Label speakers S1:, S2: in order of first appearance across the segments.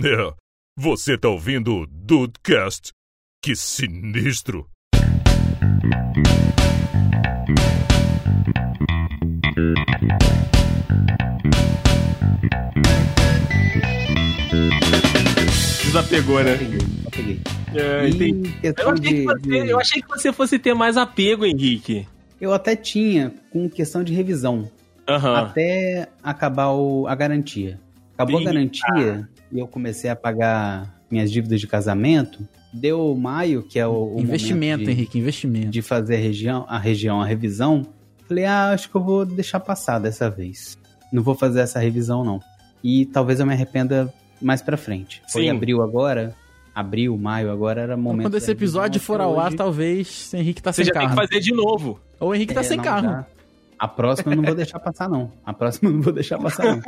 S1: É, você tá ouvindo o Dudecast? Que sinistro!
S2: Desapegou, né?
S3: Eu peguei.
S2: É, entendi.
S3: E questão
S4: Eu achei, que
S3: de-
S4: você,
S3: de-
S4: eu achei que você fosse ter mais apego, Henrique.
S3: eu até tinha com questão de revisão,
S5: Ah.
S4: Aham.
S3: até acabar o- a garantia. Acabou
S4: Ih,
S3: a garantia
S5: Ah.
S3: e eu comecei a pagar minhas dívidas de casamento. Deu maio, que é o, o
S5: investimento,
S3: momento de,
S5: Henrique, investimento.
S3: de fazer a região, a região, a revisão. Falei, ah, acho que eu vou deixar passar dessa vez. Não vou fazer essa revisão, não. E talvez eu me arrependa mais pra frente. Foi
S4: Sim.
S3: abril agora, abril, maio, agora era
S5: Então,
S3: um momento.
S5: quando
S3: da
S5: esse episódio
S3: revisão,
S5: for
S3: até
S5: ao ar,
S3: hoje.
S5: talvez Henrique tá
S4: Você
S5: sem
S4: já
S5: carro.
S4: tem que fazer de novo.
S5: Ou o Henrique tá
S3: É,
S5: sem
S3: não
S5: carro.
S3: dá. A próxima eu não vou deixar passar, não. A próxima eu não vou deixar passar, não.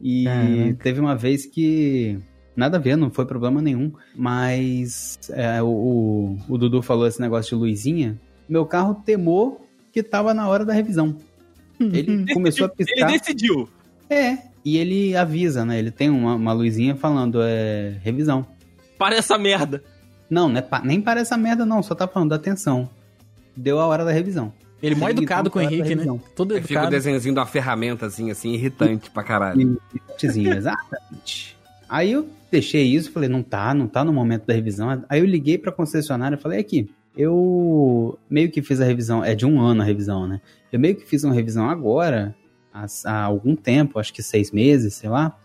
S3: e
S5: Caraca.
S3: teve uma vez que. Nada a ver, não foi problema nenhum. Mas é, o, o- o Dudu falou esse negócio de luzinha. Meu carro temou que tava na hora da revisão. Ele começou a
S4: Ele
S3: piscar.
S4: decidiu.
S3: É. E ele avisa, né? Ele tem uma, uma luzinha falando, é. Revisão.
S4: Para essa merda.
S3: Não, né, pa- nem parece a merda, não. Só tá falando, atenção. Deu a hora da revisão.
S5: Ele é mó
S3: Sim,
S5: educado
S3: então,
S5: com o
S3: cara,
S5: Henrique, né?
S3: revisão.
S5: Todo
S2: Aí Fica o
S5: educado.
S2: desenhozinho da ferramentazinha, assim, irritante pra caralho.
S3: Tezinho, exatamente. Aí eu deixei isso, falei, não tá, não tá no momento da revisão. Aí eu liguei pra concessionária e falei, aqui, eu meio que fiz a revisão, é de um ano a revisão, né? Eu meio que fiz uma revisão agora, há, há algum tempo, acho que seis meses, sei lá,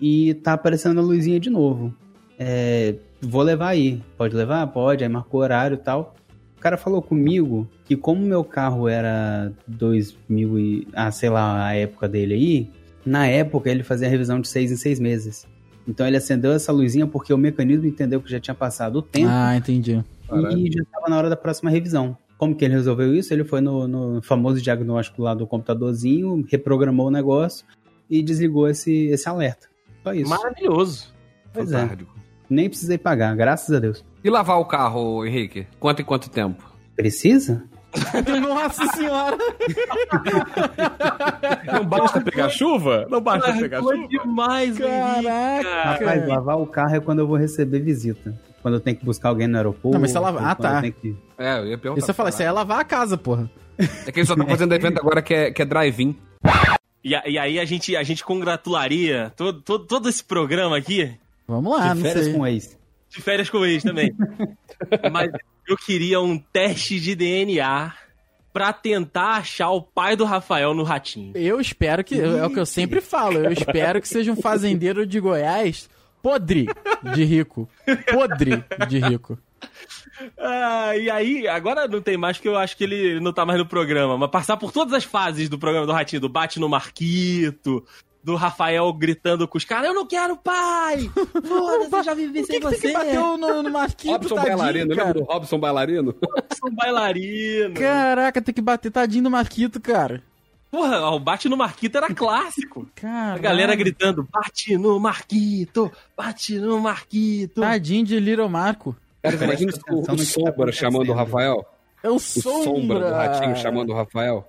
S3: e tá aparecendo a luzinha de novo. É, vou levar aí, pode levar? Pode, aí marcou o horário e tal. O cara falou comigo que como meu carro era 2000 e... Ah, sei lá, a época dele aí, na época, ele fazia a revisão de seis em seis meses. Então ele acendeu essa luzinha porque o mecanismo entendeu que já tinha passado o tempo
S5: Ah, entendi.
S3: e já estava na hora da próxima revisão. Como que ele resolveu isso? Ele foi no, no famoso diagnóstico lá do computadorzinho, reprogramou o negócio e desligou esse, esse alerta. Só isso.
S4: Maravilhoso.
S3: pois é,
S2: Fantástico.
S3: nem precisei pagar, graças a Deus.
S2: E lavar o carro, Henrique? Quanto em quanto tempo?
S3: Precisa?
S5: Nossa senhora!
S4: Não
S1: Basta pegar chuva? Não basta pegar
S4: Foi
S1: chuva?
S4: demais, Henrique.
S5: Caraca!
S3: Rapaz, lavar o carro é quando eu vou receber visita. Quando eu tenho que buscar alguém no aeroporto.
S5: Não, mas você lava-
S3: ou
S5: ah,
S3: quando eu
S5: tá.
S3: tenho que-
S2: É, eu ia perguntar.
S5: Isso eu falei, isso aí é lavar a casa, porra.
S2: É que ele só tá fazendo evento agora que é, que é drive-in.
S4: E, a- e aí a gente, a gente congratularia todo, todo, todo esse programa aqui
S5: Vamos lá,
S3: de
S5: Ah, não
S3: férias
S5: sei.
S3: com o ex.
S4: de férias com ex também. Mas eu queria um teste de DNA pra tentar achar o pai do Rafael no ratinho.
S5: Eu espero que. É o que eu sempre falo. Eu espero que seja um fazendeiro de Goiás podre de rico. Podre de rico.
S4: Ah, e aí, agora não tem mais, porque eu acho que ele não tá mais no programa. Mas passar por todas as fases do programa do Ratinho, do bate no Marquito, do Rafael gritando com os caras, eu não quero pai! Foda-se, já vivi
S5: Por que,
S4: sem
S5: que você
S4: você. é
S5: que bateu no, no Marquinhos, tadinho, cara?
S2: do Robson Bailarino?
S4: Sou bailarino.
S5: Caraca, tem que bater tadinho no Marquito, cara.
S4: Porra, ó, o bate no Marquito era clássico.
S5: Caraca.
S4: A galera gritando, bate no Marquito, bate no Marquito.
S5: Tadinho de Little Marco.
S2: Cara, você imagina
S3: Presta atenção no
S2: o, o
S3: que tá
S2: Sombra chamando o
S3: acontecendo.
S2: Rafael?
S5: É o
S2: O
S5: sombra.
S2: Sombra, do Ratinho chamando o Rafael?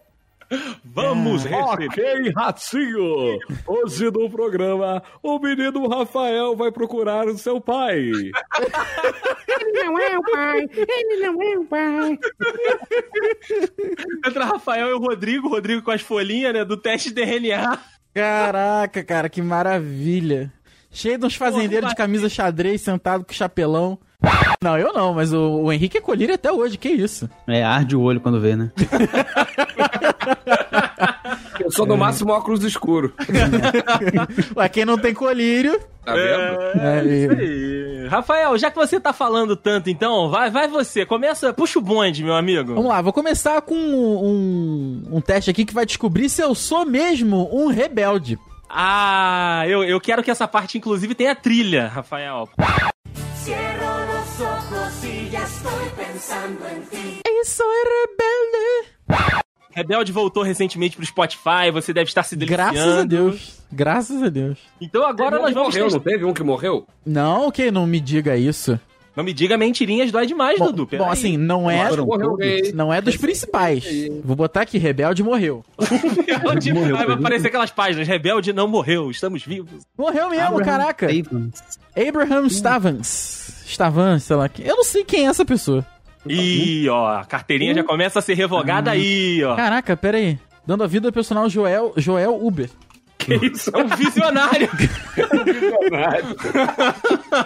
S4: Vamos receber.
S1: Ok, Ratinho! Hoje no programa, o menino Rafael vai procurar o seu pai.
S6: não é o pai, ele não é o pai.
S4: Entra Rafael e o Rodrigo, Rodrigo com as folhinhas, né, do teste de RNA.
S5: Caraca, cara, que maravilha. Cheio de uns fazendeiros de camisa xadrez sentado com chapelão. Não, eu não, mas o, o Henrique é colírio até hoje, que isso?
S3: É, arde o olho quando vê, né?
S2: Eu sou no máximo óculos escuro.
S5: Ué, quem não tem colírio.
S2: Tá vendo?
S4: É,
S5: É,
S4: isso aí. Rafael, já que você tá falando tanto, então, vai, vai você. Começa, puxa o bonde, meu amigo.
S5: Vamos lá, vou começar com um, um- um teste aqui que vai descobrir se eu sou mesmo um rebelde.
S4: Ah, eu, eu quero que essa parte, inclusive, tenha trilha, Rafael.
S7: Cierro los ojos y ya estoy pensando en ti.
S5: Eu sou
S4: um
S5: rebelde.
S4: Rebelde voltou recentemente pro Spotify, você deve estar se deliciando.
S5: Graças a Deus. Graças a Deus.
S4: Então agora nós
S2: Ele
S4: vamos
S2: morreu,
S4: testar.
S2: não teve um que morreu?
S5: Não, que não me diga isso.
S4: Não me diga mentirinhas, dói demais,
S5: Bom,
S4: Dudu. peraí.
S5: bom, assim, não é,
S2: Mas morreu alguém.
S5: não é dos principais. Vou botar aqui, Rebelde morreu. né?
S4: Rebelde- Aí vai aparecer aquelas páginas. Rebelde não morreu, estamos vivos.
S5: Morreu mesmo,
S3: Abraham
S5: caraca.
S3: Avon.
S5: Abraham Stavans. Stavans, sei lá. quem- Eu não sei quem é essa pessoa.
S4: Ih, ó, a carteirinha
S5: Hum.
S4: já começa a ser revogada aí, ó.
S5: Caraca, pera aí. Dando a vida ao personal Joel, Joel Uber.
S4: Que isso? É um visionário.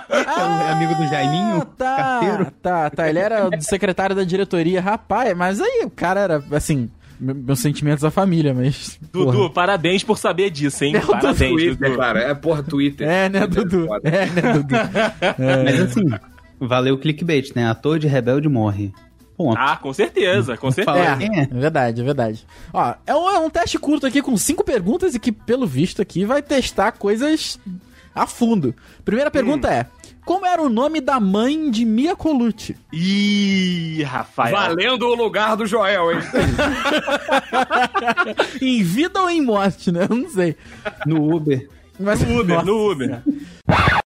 S3: É amigo do Jaiminho?
S5: Ah, tá,
S3: carteiro?
S5: tá, tá. Ele era o secretário da diretoria, rapaz. Mas aí o cara era, assim, me- meus sentimentos à família, mas...
S4: Dudu,
S5: porra.
S4: parabéns por saber disso, hein?
S5: É o Dudu,
S4: parabéns,
S2: Twitter,
S4: Dudu.
S2: cara. É porra, Twitter.
S5: É, né, Dudu?
S2: foda.
S5: É, né, Dudu? É.
S3: Mas assim, valeu o clickbait, né? Ator de rebelde morre. Ponto.
S4: Ah, com certeza, com certeza.
S3: Fala
S5: É,
S3: quem é.
S5: é verdade, é verdade. Ó, é um, é um teste curto aqui com cinco perguntas e que, pelo visto aqui, vai testar coisas a fundo.
S2: Hum.
S5: Primeira pergunta é: Como era o nome da mãe de Mia Colucci?
S4: Ih, Rafael.
S2: Valendo o lugar do Joel, hein?
S5: Em vida ou em morte, né? Eu não sei.
S3: No Uber.
S5: Mas,
S4: No Uber,
S5: Nossa,
S4: no Uber.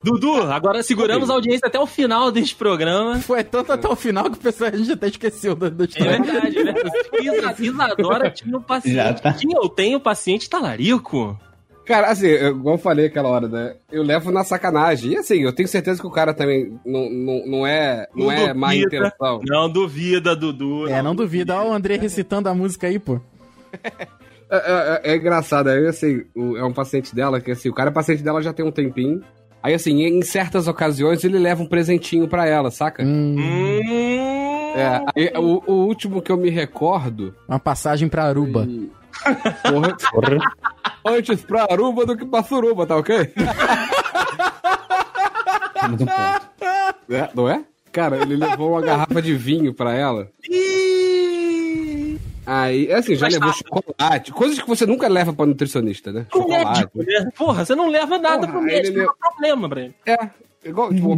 S4: Dudu, agora seguramos a audiência até o final deste programa.
S5: Foi tanto até o final que o pessoal a gente até esqueceu da, da
S4: É
S5: história.
S4: verdade, né? Isa- Isadora tinha um
S3: Já
S4: paciente.
S3: tá.
S4: Tinha ou tem um paciente talarico?
S2: Cara, assim, eu- igual eu falei aquela hora, né? Eu levo na sacanagem. E assim, eu tenho certeza que o cara também não, não, não é, não é má
S4: duvida. né?
S2: intenção.
S4: Não duvida, Dudu.
S5: É, não duvido. Olha o André recitando a música aí, pô.
S2: É, é- é engraçado, aí assim, o- é um paciente dela, que assim, o cara é paciente dela já tem um tempinho. Aí assim, em certas ocasiões ele leva um presentinho pra ela, saca?
S4: Hum...
S2: É, aí, o, o último que eu me recordo.
S5: Uma passagem pra Aruba.
S2: e- Porra, Antes pra Aruba do que pra Suruba, tá ok?
S3: Temos um ponto.
S2: É, não é? Cara, ele levou uma garrafa de vinho pra ela.
S4: Ih,
S2: Aí, assim, já
S4: Mas
S2: levou
S4: tá.
S2: chocolate. Coisas que você nunca leva pra nutricionista, né?
S4: Pro médico, né? Porra, você não leva nada
S2: Porra,
S4: pro
S2: ele
S4: médico,
S2: leu-
S4: não há problema pra ele.
S2: É. Igual, tipo,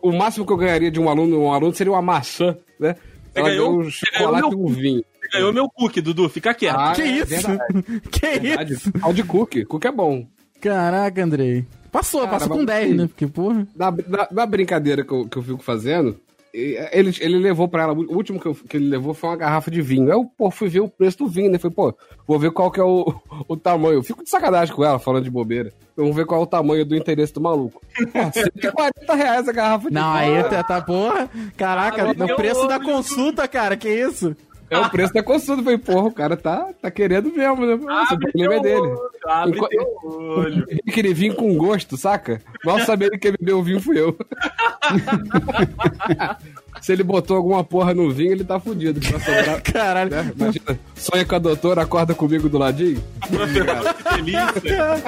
S2: o, o máximo que eu ganharia de um aluno, um aluno seria uma maçã, né?
S4: Você
S2: Ela
S4: ganhou-
S2: ganhou um
S4: você ganhou
S2: chocolate e
S4: meu
S2: um vinho.
S4: Você ganhou meu cookie, Dudu, fica quieto.
S2: Ah,
S5: que
S2: é
S5: isso?
S2: verdade,
S5: que
S2: verdade.
S5: isso?
S2: Pau de cookie. Cookie é bom.
S5: Caraca, Andrei. Passou,
S2: Cara,
S5: passou
S2: mas
S5: com
S2: não
S5: 10,
S2: sei.
S5: né? Porque, porra.
S2: Na, na- na brincadeira que eu, que eu fico fazendo, é, ele, ele levou pra ela, o último que, eu- que ele levou foi uma garrafa de vinho. Aí eu, pô, fui ver o preço do vinho, né? Falei, pô, vou ver qual que é o, o tamanho. Eu fico de sacanagem com ela, falando de bobeira. Vamos ver qual é o tamanho do interesse do maluco. Pô, 140 reais a garrafa de
S5: Não,
S2: vinho.
S5: aí tá, tá porra. Caraca,
S4: Ah,
S5: o
S4: meu
S5: preço da
S4: olho.
S5: consulta, cara, que isso?
S2: É o preço da consulta. Falei, porra, o cara tá, tá querendo mesmo, né? Nossa, o
S4: Ah, Abre
S2: problema é
S4: teu
S2: dele.
S4: olho, abre
S2: Enqu-
S4: teu olho.
S2: Aquele vinho com gosto, saca? Mal sabendo quem bebeu o vinho fui eu. Se ele botou alguma porra no vinho, ele tá fudido. que vai sobrar-
S5: Caralho.
S2: né? Imagina, sonha com a doutora, acorda comigo do ladinho.
S4: que delícia.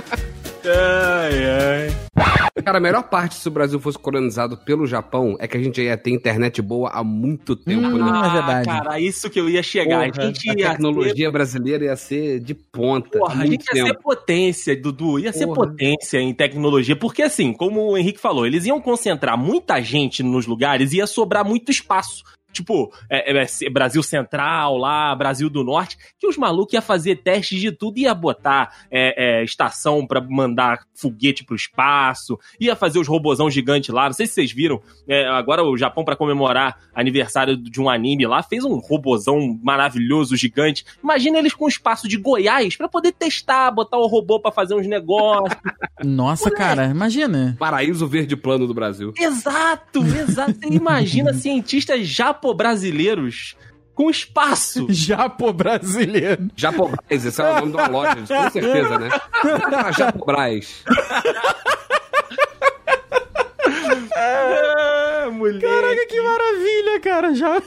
S2: É,
S4: Ai, ai.
S2: Cara, a melhor parte se o Brasil fosse colonizado pelo Japão é que a gente ia ter internet boa há muito tempo,
S5: Hum,
S2: né?
S5: é verdade.
S4: Ah, cara, isso que eu ia chegar. a gente
S2: a
S4: ia
S2: tecnologia
S4: ser,
S2: brasileira ia ser de ponta.
S4: porra,
S2: há
S4: a
S2: muito
S4: gente ia
S2: tempo.
S4: ser potência, Dudu. Ia ser
S2: Porra.
S4: potência em tecnologia. Porque, assim, como o Henrique falou, eles iam concentrar muita gente nos lugares e ia sobrar muito espaço. Tipo, é, é, é, Brasil Central lá, Brasil do Norte, que os malucos iam fazer testes de tudo, ia botar é, é, estação pra mandar foguete pro espaço, ia fazer os robozão gigante lá. Não sei se vocês viram, é, agora o Japão, pra comemorar aniversário de um anime lá, fez um robozão maravilhoso, gigante. Imagina eles com o espaço de Goiás pra poder testar, botar o robô pra fazer uns negócios.
S5: Nossa, cara, imagina.
S2: Paraíso verde plano do Brasil.
S4: exato, exato. Você imagina cientistas japo-brasileiros com espaço.
S5: Japo brasileiro.
S2: Japobras, esse é o nome de uma loja, com certeza, né? Japobras.
S4: É, mulher.
S5: Caraca, que maravilha, cara. Já...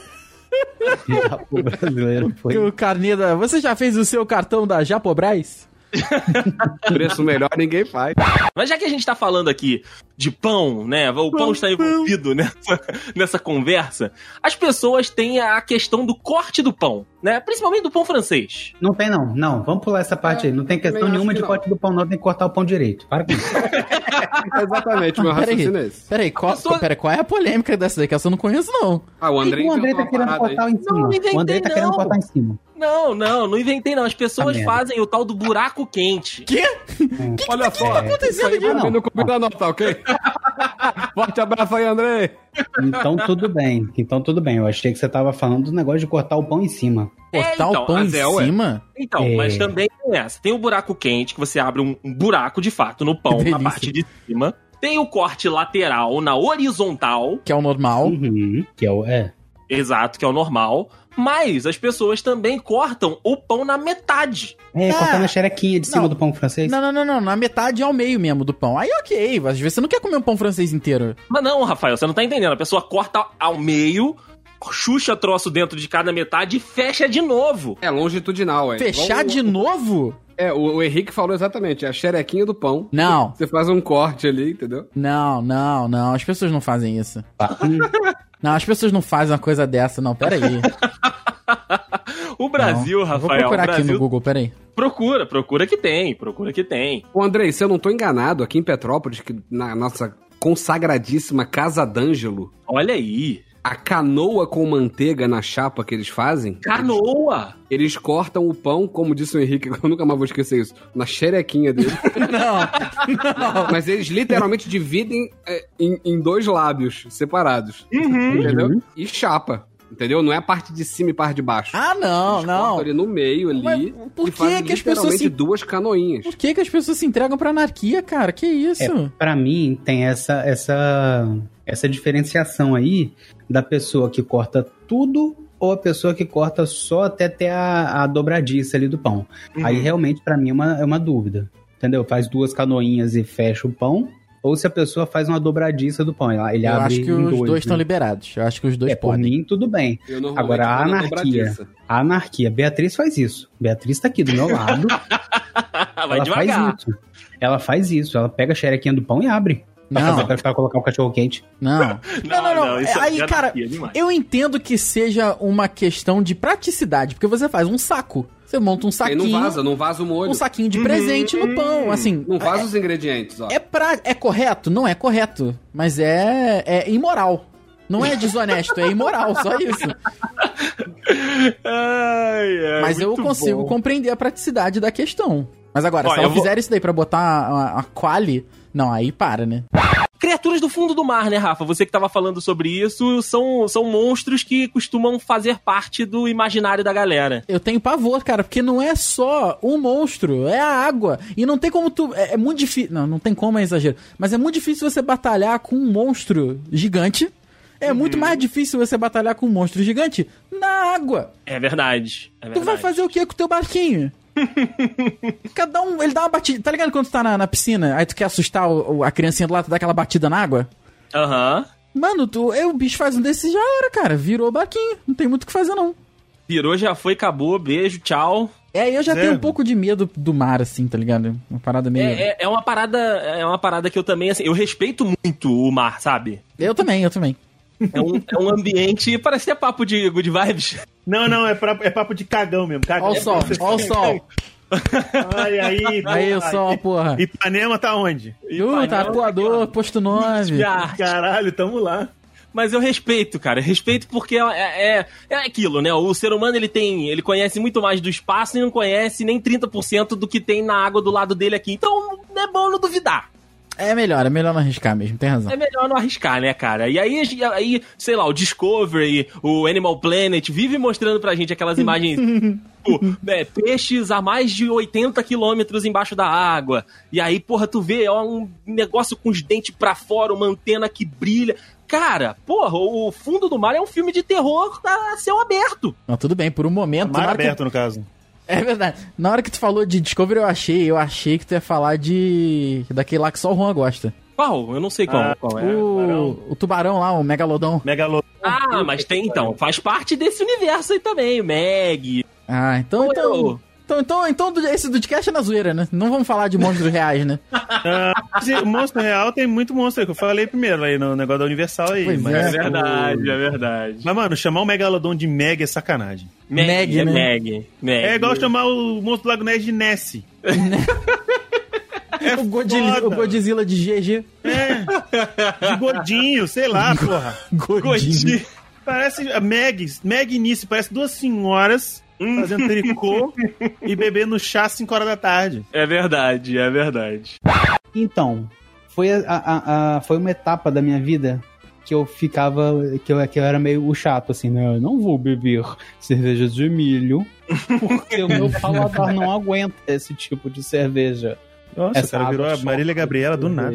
S3: O brasileiro foi.
S5: O carnê da... Você já fez o seu cartão da Japobras?
S2: Preço melhor ninguém faz.
S4: Mas já que a gente tá falando aqui de pão, né? O pão está envolvido nessa, nessa conversa. As pessoas têm a questão do corte do pão, né? Principalmente do pão francês.
S3: Não tem, não. Não, vamos pular essa parte aí. Não tem
S2: também
S3: questão
S2: acho
S3: nenhuma
S2: que
S3: de
S2: não.
S3: corte do pão, não. Tem que cortar o pão direito. Para com isso.
S2: Exatamente, meu
S5: Peraí.
S2: raciocínio é esse.
S5: Peraí, qual,
S4: pessoa-
S5: peraí, qual é a polêmica dessa daí? Que essa eu não conheço, não.
S2: Ah, o
S3: Por que que
S2: André
S3: o André tá
S2: inventou
S3: querendo cortar
S2: uma parada aí.
S3: em
S4: Não,
S3: cima.
S4: não inventei,
S3: o André tá
S4: não.
S3: querendo cortar em cima.
S4: Não, não, não inventei não. As
S5: Tá
S4: pessoas
S3: merda.
S4: fazem o tal do buraco quente.
S2: Olha só,
S5: acontecendo
S2: isso aí
S5: aqui?
S2: pra mim não combina não, tá ok? Forte abraço aí, André.
S3: Então tudo bem. Então tudo bem. Eu achei que você tava falando do negócio de cortar o pão em cima.
S5: Cortar
S4: então,
S5: o pão em
S4: mas é, ué.
S5: cima?
S4: Então,
S3: É.
S4: mas também tem essa. Tem o buraco quente, que você abre um, um buraco de fato no pão,
S5: Que
S4: na
S5: delícia.
S4: parte de cima. Tem o corte lateral na horizontal,
S5: Que é o normal.
S3: Uhum, que é o. É.
S4: exato, que é o normal. Mas as pessoas também cortam o pão na metade.
S3: É,
S5: Ah,
S3: cortando a xerequinha de cima
S5: não.
S3: do pão francês.
S5: Não, não, não, não. Na metade ao meio mesmo do pão. Aí ok, às vezes você não quer comer um pão francês inteiro.
S4: Mas não, Rafael, você não tá entendendo. A pessoa corta ao meio, chucha troço dentro de cada metade e fecha de novo.
S2: É longitudinal, é.
S5: Fechar
S2: Igual-
S5: de novo?
S2: É, o, o Henrique falou exatamente, é a xerequinha do pão.
S5: Não,
S2: Você faz um corte ali, entendeu?
S5: não, não, não. As pessoas não fazem isso. Não, as pessoas não fazem uma coisa dessa, não. Pera aí.
S4: O Brasil,
S5: Não.
S4: Rafael,
S5: Eu Vou
S4: o
S5: procurar aqui
S4: Brasil
S5: no Google, pera aí.
S4: procura, procura que tem, procura que tem.
S2: Ô, Andrei, se eu não tô enganado, aqui em Petrópolis, que na nossa consagradíssima Casa d'Ângelo,
S4: Olha aí.
S2: a canoa com manteiga na chapa que eles fazem.
S4: Canoa!
S2: Eles cortam o pão, como disse o Henrique, eu nunca mais vou esquecer isso, na xerequinha dele.
S5: Não, não.
S2: Mas eles literalmente dividem é, em, em dois lábios separados.
S4: Uhum.
S5: Uhum.
S2: Entendeu? E chapa. Entendeu? Não é a parte de cima e parte de baixo.
S5: Ah, não,
S2: Eles cortam
S5: não.
S2: ali no meio ali.
S5: Mas por
S2: e
S5: que é
S2: fazem
S5: que as pessoas
S2: literalmente
S5: se-
S2: duas canoinhas.
S5: Por que, que as pessoas se entregam pra anarquia, cara? Que
S3: É,
S5: isso?
S3: Pra mim, tem essa, essa, essa diferenciação aí da pessoa que corta tudo ou a pessoa que corta só até ter a, a dobradiça ali do pão.
S5: Uhum.
S3: Aí realmente, pra mim, é uma, é uma dúvida. Entendeu? Faz duas canoinhas e fecha o pão. Ou se a pessoa faz uma dobradiça do pão. Ele, ele
S5: Eu
S3: abre
S5: acho que
S3: em
S5: os dois
S3: né?
S5: estão liberados. Eu acho que os dois
S3: É, por
S5: podem.
S3: mim, tudo bem.
S2: Eu normalmente
S3: Agora, a
S2: vou na
S3: anarquia.
S2: dobradiça.
S3: A anarquia. Beatriz faz isso. Beatriz tá aqui do meu lado.
S4: Vai
S3: ela
S4: devagar.
S3: faz isso. Ela faz isso. Ela pega a xerequinha do pão e abre. Pra,
S5: Não,
S3: fazer- pra colocar o cachorro quente.
S5: não. Não, não, não.
S4: isso
S5: Aí,
S4: é
S5: cara,
S4: anarquia demais.
S5: Eu entendo que seja uma questão de praticidade, porque você faz um saco. Você monta um
S2: Aí não
S5: saquinho,
S2: vaza, não vaza o molho.
S5: um saquinho de presente
S4: Uhum.
S5: no pão, assim.
S2: Não vaza os ingredientes, ó.
S5: É, pra, é correto? Não é correto, mas é, é imoral. Não é desonesto, é imoral, só isso.
S4: é- Ai, ai,
S5: mas eu
S4: muito
S5: consigo
S4: bom.
S5: compreender a praticidade da questão. Mas agora,
S4: Ó,
S5: se
S4: eu
S5: ela
S4: vou-
S5: fizer isso daí pra botar a, a quali, não, aí para, né?
S4: Criaturas do fundo do mar, né, Rafa? Você que tava falando sobre isso, são, são monstros que costumam fazer parte do imaginário da galera.
S5: Eu tenho pavor, cara, porque não é só um monstro, é a água. E não tem como tu. É, é muito difícil. Não, não tem como, é exagero. Mas é muito difícil você batalhar com um monstro gigante. É muito
S4: Uhum.
S5: mais difícil você batalhar com um monstro gigante na água.
S4: É verdade. é
S5: Tu vai
S4: verdade.
S5: fazer o que com o teu barquinho? Cada um, ele dá uma batida. Tá ligado quando tu tá na, na piscina, aí tu quer assustar o- o- a criancinha do lado, tu dá aquela batida na água?
S4: Aham.
S5: Mano, tu, é, o bicho faz um desses e já era, cara. Virou barquinho. Não tem muito o que fazer, não.
S4: Virou, já foi, acabou. Beijo, tchau.
S5: É, eu já
S4: Zero.
S5: tenho um pouco de medo do mar, assim, tá ligado? Uma parada meio.
S4: É, é- é uma parada, é uma parada que eu também, assim, eu respeito muito o mar, sabe?
S5: Eu também, eu também.
S4: É um, é um ambiente, parece que é papo de good vibes.
S8: Não, não, é, pra- é papo de cagão mesmo. Cagão.
S5: Ó o sol, ó o sol.
S8: Olha aí,
S5: Aí o
S8: porra.
S5: sol, porra.
S8: Ipanema tá onde?
S5: Uh, tatuador, posto 9.
S4: Já.
S8: Caralho, tamo lá.
S4: Mas eu respeito, cara. Eu respeito porque é, é, é aquilo, né? O ser humano ele tem. Ele conhece muito mais do espaço e não conhece nem 30% do que tem na água do lado dele aqui. Então é bom não duvidar.
S5: É melhor, é melhor não arriscar mesmo, tem razão.
S4: É melhor não arriscar, né, cara? E aí, aí sei lá, o Discovery, o Animal Planet vive mostrando pra gente aquelas imagens. tipo, né, peixes a mais de 80 quilômetros embaixo da água. E aí, porra, tu vê, ó, um negócio com os dentes pra fora, uma antena que brilha. Cara, porra, o Fundo do Mar é um filme de terror a céu aberto.
S5: Mas tudo bem, por um momento.
S8: Mar
S5: na hora que-
S8: aberto, no caso.
S5: É verdade. Na hora que tu falou de Discovery, eu achei, eu achei que tu ia falar de. daquele lá que só o Juan gosta.
S4: Qual? Eu não sei qual.
S8: Ah,
S4: qual é.
S8: tubarão.
S5: o, o tubarão lá, o megalodão.
S8: Megalodon.
S4: Ah, mas tem então. Faz parte desse universo aí também. Meg.
S5: Ah, então. Então,
S4: eu.
S5: então, então, então do- esse podcast é na zoeira, né? Não vamos falar de monstros reais, né?
S8: Esse Monstro real tem muito monstro aí, que eu falei primeiro aí no negócio da Universal aí.
S5: Pois
S8: mas,
S5: é.
S4: verdade, é verdade.
S8: mas, mano, chamar o Megalodon de Meg é sacanagem.
S4: Meg,
S5: Meg,
S4: é
S5: né?
S4: Meg. Meg.
S8: É igual chamar o monstro do Lago Ness de Nessie.
S4: É
S5: o, Godzilla,
S8: foda.
S5: o Godzilla de GG.
S8: De Godinho, sei lá, porra.
S4: Godinho.
S8: Parece a Meg, Meg Nice, parece duas senhoras fazendo tricô e bebendo chá 5 horas da tarde.
S4: É verdade, é verdade.
S3: Então, foi, a- a- a- foi uma etapa da minha vida que eu ficava, que eu, que eu era meio o chato, assim, né? Eu não vou beber cerveja de milho, porque o meu paladar não aguenta esse tipo de cerveja.
S8: Nossa,
S3: Essa
S8: o cara
S3: água
S8: virou a
S3: choca.
S8: Marília Gabriela do nada.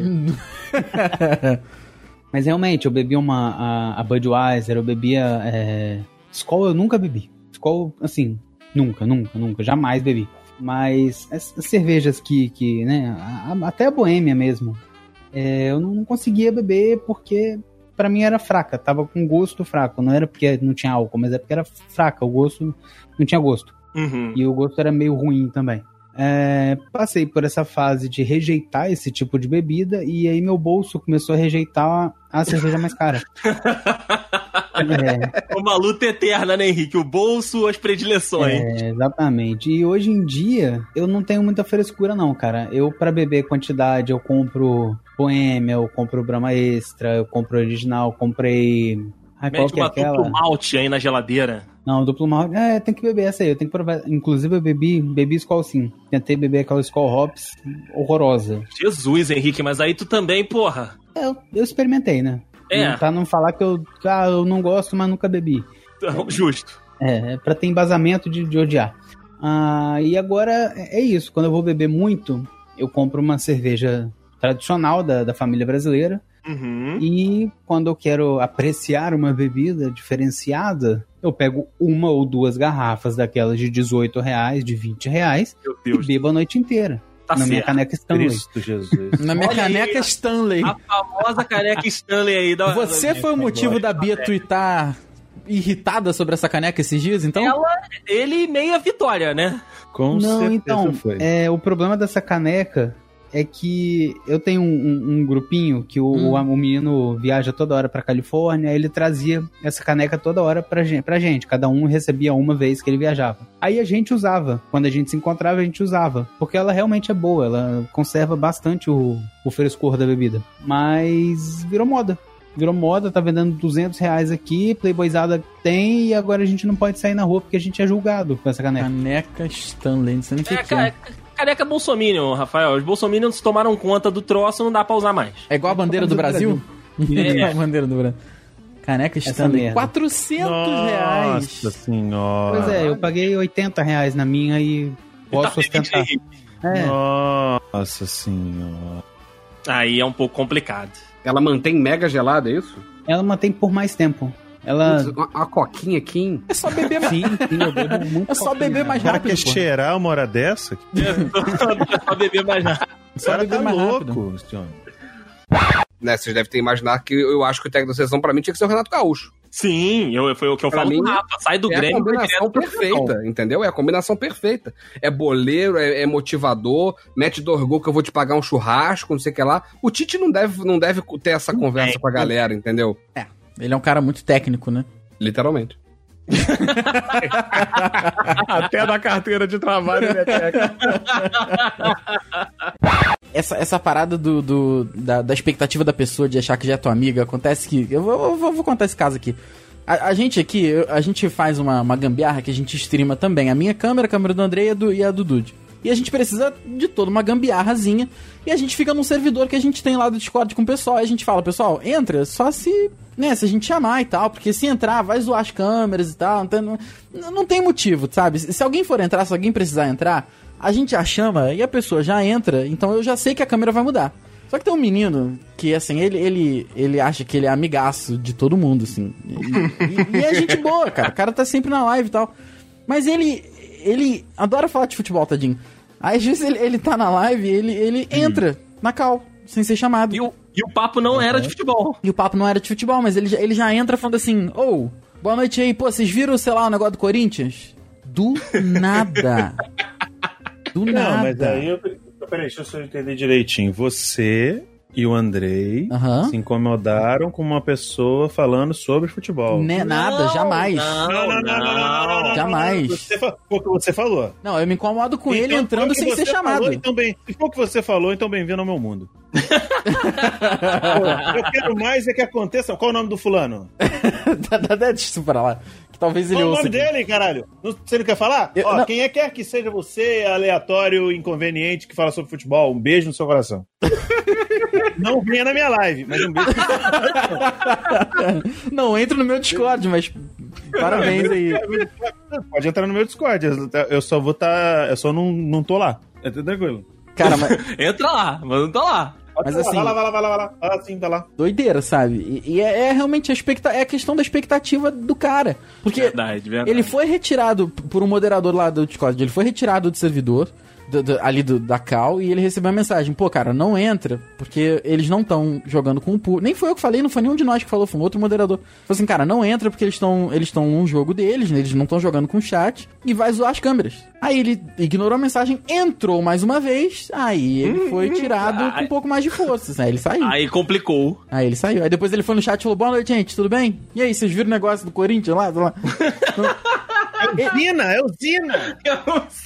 S3: Mas realmente, eu bebi uma, a, a Budweiser, eu bebia. É, Skol eu nunca bebi. Skol, assim, nunca, nunca, nunca, jamais bebi. Mas as, as cervejas que, que né, a- a- até a Boêmia mesmo, é, eu não, não conseguia beber porque pra mim era fraca, tava com gosto fraco. Não era porque não tinha álcool, mas é porque era fraca, o gosto não tinha gosto.
S4: Uhum.
S3: E o gosto era meio ruim também. É, passei por essa fase de rejeitar esse tipo de bebida e aí meu bolso começou a rejeitar a cerveja mais cara. É,
S4: Uma luta eterna, né, Henrique? O bolso, as predileções.
S3: é, exatamente. E hoje em dia eu não tenho muita frescura não, cara. Eu pra beber quantidade eu compro Boêmia, eu compro Brahma Extra, eu compro original, comprei Ai, qual
S4: Mete
S3: que é
S4: uma duplo
S3: aquela?
S4: malte aí na geladeira.
S3: Não, duplo malte. É, tem que beber essa aí. Eu tenho que provar. Inclusive, eu bebi, bebi Skol sim. Tentei beber aquela Skol Hops horrorosa.
S4: Jesus, Henrique, mas aí tu também, porra.
S3: Eu, eu experimentei, né?
S4: É.
S3: Não- Pra não falar que eu, ah, eu não gosto, mas nunca bebi.
S4: Então, justo.
S3: É, é pra ter embasamento de, de odiar. Ah, e agora é é isso. Quando eu vou beber muito, eu compro uma cerveja tradicional da, da família brasileira.
S4: Uhum.
S3: E quando eu quero apreciar uma bebida diferenciada, eu pego uma ou duas garrafas daquelas de 18 reais, de 20 reais,
S4: Meu
S3: e
S4: Deus,
S3: bebo a noite inteira.
S4: tá
S3: na minha
S4: certo.
S3: caneca Stanley.
S8: Jesus.
S5: Na minha
S4: Olha Ah,
S5: caneca
S4: aí,
S5: Stanley.
S4: A famosa caneca Stanley aí. Da,
S5: Você
S4: da-
S5: foi o
S4: tá,
S5: motivo da Bia twittar irritada sobre essa caneca esses dias, então?
S4: Ela, ele e meia vitória, né?
S8: Com
S3: Não,
S8: certeza
S3: então,
S8: foi.
S3: É, o problema dessa caneca é que eu tenho um, um- um grupinho que o,
S5: Hum.
S3: o- o menino viaja toda hora pra Califórnia, ele trazia essa caneca toda hora pra gente, pra gente. Cada um recebia uma vez que ele viajava. Aí a gente usava. Quando a gente se encontrava, a gente usava. Porque ela realmente é boa, ela conserva bastante o, o frescor da bebida. Mas virou moda. Virou moda, tá vendendo 200 reais aqui, Playboyzada tem, e agora a gente não pode sair na rua porque a gente é julgado com essa caneca.
S5: Caneca Stanley, não sei nem o que
S4: É,
S5: que
S4: ca-
S5: é.
S4: ca- caneca Bolsominion, Rafael. Os Bolsominions tomaram conta do troço, não dá pra usar mais.
S5: É igual a bandeira do Brasil? É igual a bandeira do Brasil. Caneca
S3: Essa
S5: Stanley,
S3: merda.
S5: 400 reais.
S8: Nossa senhora.
S3: Pois é, eu paguei 80 reais na minha e posso
S4: Tá feliz,
S3: ostentar.
S4: Henrique?
S3: É,
S8: Nossa senhora.
S4: Aí é um pouco complicado.
S2: Ela mantém mega gelada, é isso?
S3: ela mantém por mais tempo.
S5: Ah.
S3: Ela.
S2: Putz, Uma, uma coquinha aqui, hein?
S5: É só beber mais,
S3: Sim, sim, eu bebo muito. né?
S5: é só
S3: pouquinho
S5: beber
S3: dela.
S5: mais
S8: O cara quer
S5: rápido. pô.
S8: cheirar uma hora dessa? O
S4: pra beber mais nada.
S8: cara
S5: beber
S8: tá
S5: mais
S8: louco. esse homem.
S2: Né, vocês devem ter imaginado que eu acho que o técnico da sessão pra mim tinha que ser o Renato Gaúcho.
S4: Sim, eu, foi o que eu
S2: Pra
S4: falo
S2: mim,
S4: do Rafa. Sai do
S2: é a
S4: Grêmio. vai direto
S2: combinação
S4: pro Grenal.
S2: perfeita, entendeu? É a combinação perfeita. É boleiro, é, é motivador, mete do orgulho que eu vou te pagar um churrasco, não sei o que lá. O Tite não deve, não deve ter essa conversa com a galera, entendeu?
S5: Ele é um cara muito técnico, né?
S2: Literalmente.
S1: Até da carteira de trabalho, né, Teca?
S5: Essa, essa parada do, do- da, da expectativa da pessoa de achar que já é tua amiga, acontece que. Eu vou, eu vou- vou contar esse caso aqui. A, a gente aqui, eu- a gente faz uma, uma gambiarra que a gente streama também. A minha câmera, a câmera do André e a do, e a do Dude. E a gente precisa de toda uma gambiarrazinha. E a gente fica num servidor que a gente tem lá do Discord com o pessoal. E a gente fala, pessoal, entra só se. Né, se a gente chamar e tal. Porque se entrar, vai zoar as câmeras e tal. Não tem, não, não tem motivo, sabe? Se, se alguém for entrar, se alguém precisar entrar, a gente já chama e a pessoa já entra, então eu já sei que a câmera vai mudar. Só que tem um menino que, assim, ele, ele, ele acha que ele é amigaço de todo mundo, assim. E, e- e é gente boa, cara. O cara tá sempre na live e tal. Mas ele, ele adora falar de futebol, tadinho. Aí, às vezes, ele, ele tá na live e ele, ele entra na cal, sem ser chamado.
S4: E o, e o papo não era de futebol.
S5: E o papo não era de futebol, mas ele já, ele já entra falando assim: Ô, boa noite aí, pô, vocês viram, sei lá, o negócio do Corinthians? Do nada. Do nada.
S8: Não, mas aí eu. Peraí, deixa eu só entender direitinho. Você e o Andrei
S5: Aham.
S8: se incomodaram com uma pessoa falando sobre futebol.
S5: Né, nada,
S4: Não,
S5: jamais.
S4: Não, não, não, não, não.
S5: Jamais.
S8: Você fa- foi o que você falou.
S5: Não, eu me incomodo com ele
S8: Então,
S5: entrando
S8: foi o que
S5: sem
S8: você
S5: ser chamado.
S8: Falou, então bem, se for o que você falou, então bem-vindo ao meu mundo. Pô, eu quero mais é que aconteça. Qual o nome do fulano?
S5: Dá- dá- dá- Deixa isso pra lá. Que talvez ele
S8: então. Qual o
S5: ouça.
S8: nome
S5: aqui.
S8: dele, caralho? Não- Você não quer falar?
S5: Eu-
S8: Ó,
S5: não.
S8: quem é que é que seja você, aleatório, inconveniente, que fala sobre futebol, um beijo no seu coração. não venha na minha live, mas um beijo.
S5: Não, entra no meu Discord, mas. Parabéns aí.
S8: Pode entrar no meu Discord. eu- Eu só vou estar. eu só não, não tô lá. É tudo tranquilo.
S5: Cara, mas.
S4: Entra lá, mas não tá lá.
S8: Pode
S5: Mas
S8: falar,
S5: assim-
S8: Vai lá, vai lá, vai lá, vai lá. Vai lá sim, tá lá.
S5: doideira, sabe? E, e é, é realmente a, expecta é a questão da expectativa do cara. Porque
S4: Verdade, verdade.
S5: ele foi retirado p- por um moderador lá do Discord, ele foi retirado do servidor. do- do- ali do, da Cal, e ele recebeu a mensagem: pô, cara, não entra, porque eles não estão jogando com o público. Nem foi eu que falei, não foi nenhum de nós que falou, foi um outro moderador. Falou assim: cara, não entra porque eles estão eles estão num jogo deles, né, eles não estão jogando com o chat, e vai zoar as câmeras. Aí ele ignorou a mensagem, entrou mais uma vez, aí ele foi tirado com um pouco mais de forças, né? Ele saiu.
S4: Aí complicou.
S5: Aí ele saiu. Aí depois ele foi no chat e falou: Boa noite, gente, tudo bem? E aí, vocês viram o negócio do Corinthians lá? lá?
S8: Zina, é o Zina.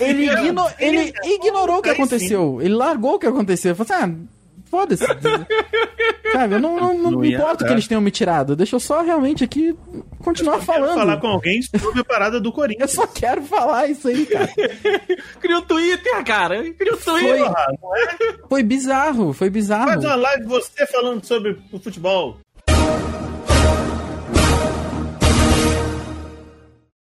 S5: Ele, igno- ele
S8: um
S5: ignorou o que
S8: Aí sim.
S5: aconteceu. Ele largou o que aconteceu. Ele Falou assim: Ah, foda-se. Sabe, eu não, não, não,
S8: Não
S5: me
S8: ia
S5: importo
S8: dar.
S5: que eles tenham me tirado. Deixa eu só realmente aqui continuar
S8: Quero falar
S5: falando.
S8: com alguém sobre a parada do Corinthians.
S5: Eu só quero falar isso aí, cara.
S4: Criou Twitter, cara. Criou Twitter.
S5: Foi, foi bizarro, foi bizarro.
S8: Faz uma live você falando sobre o futebol.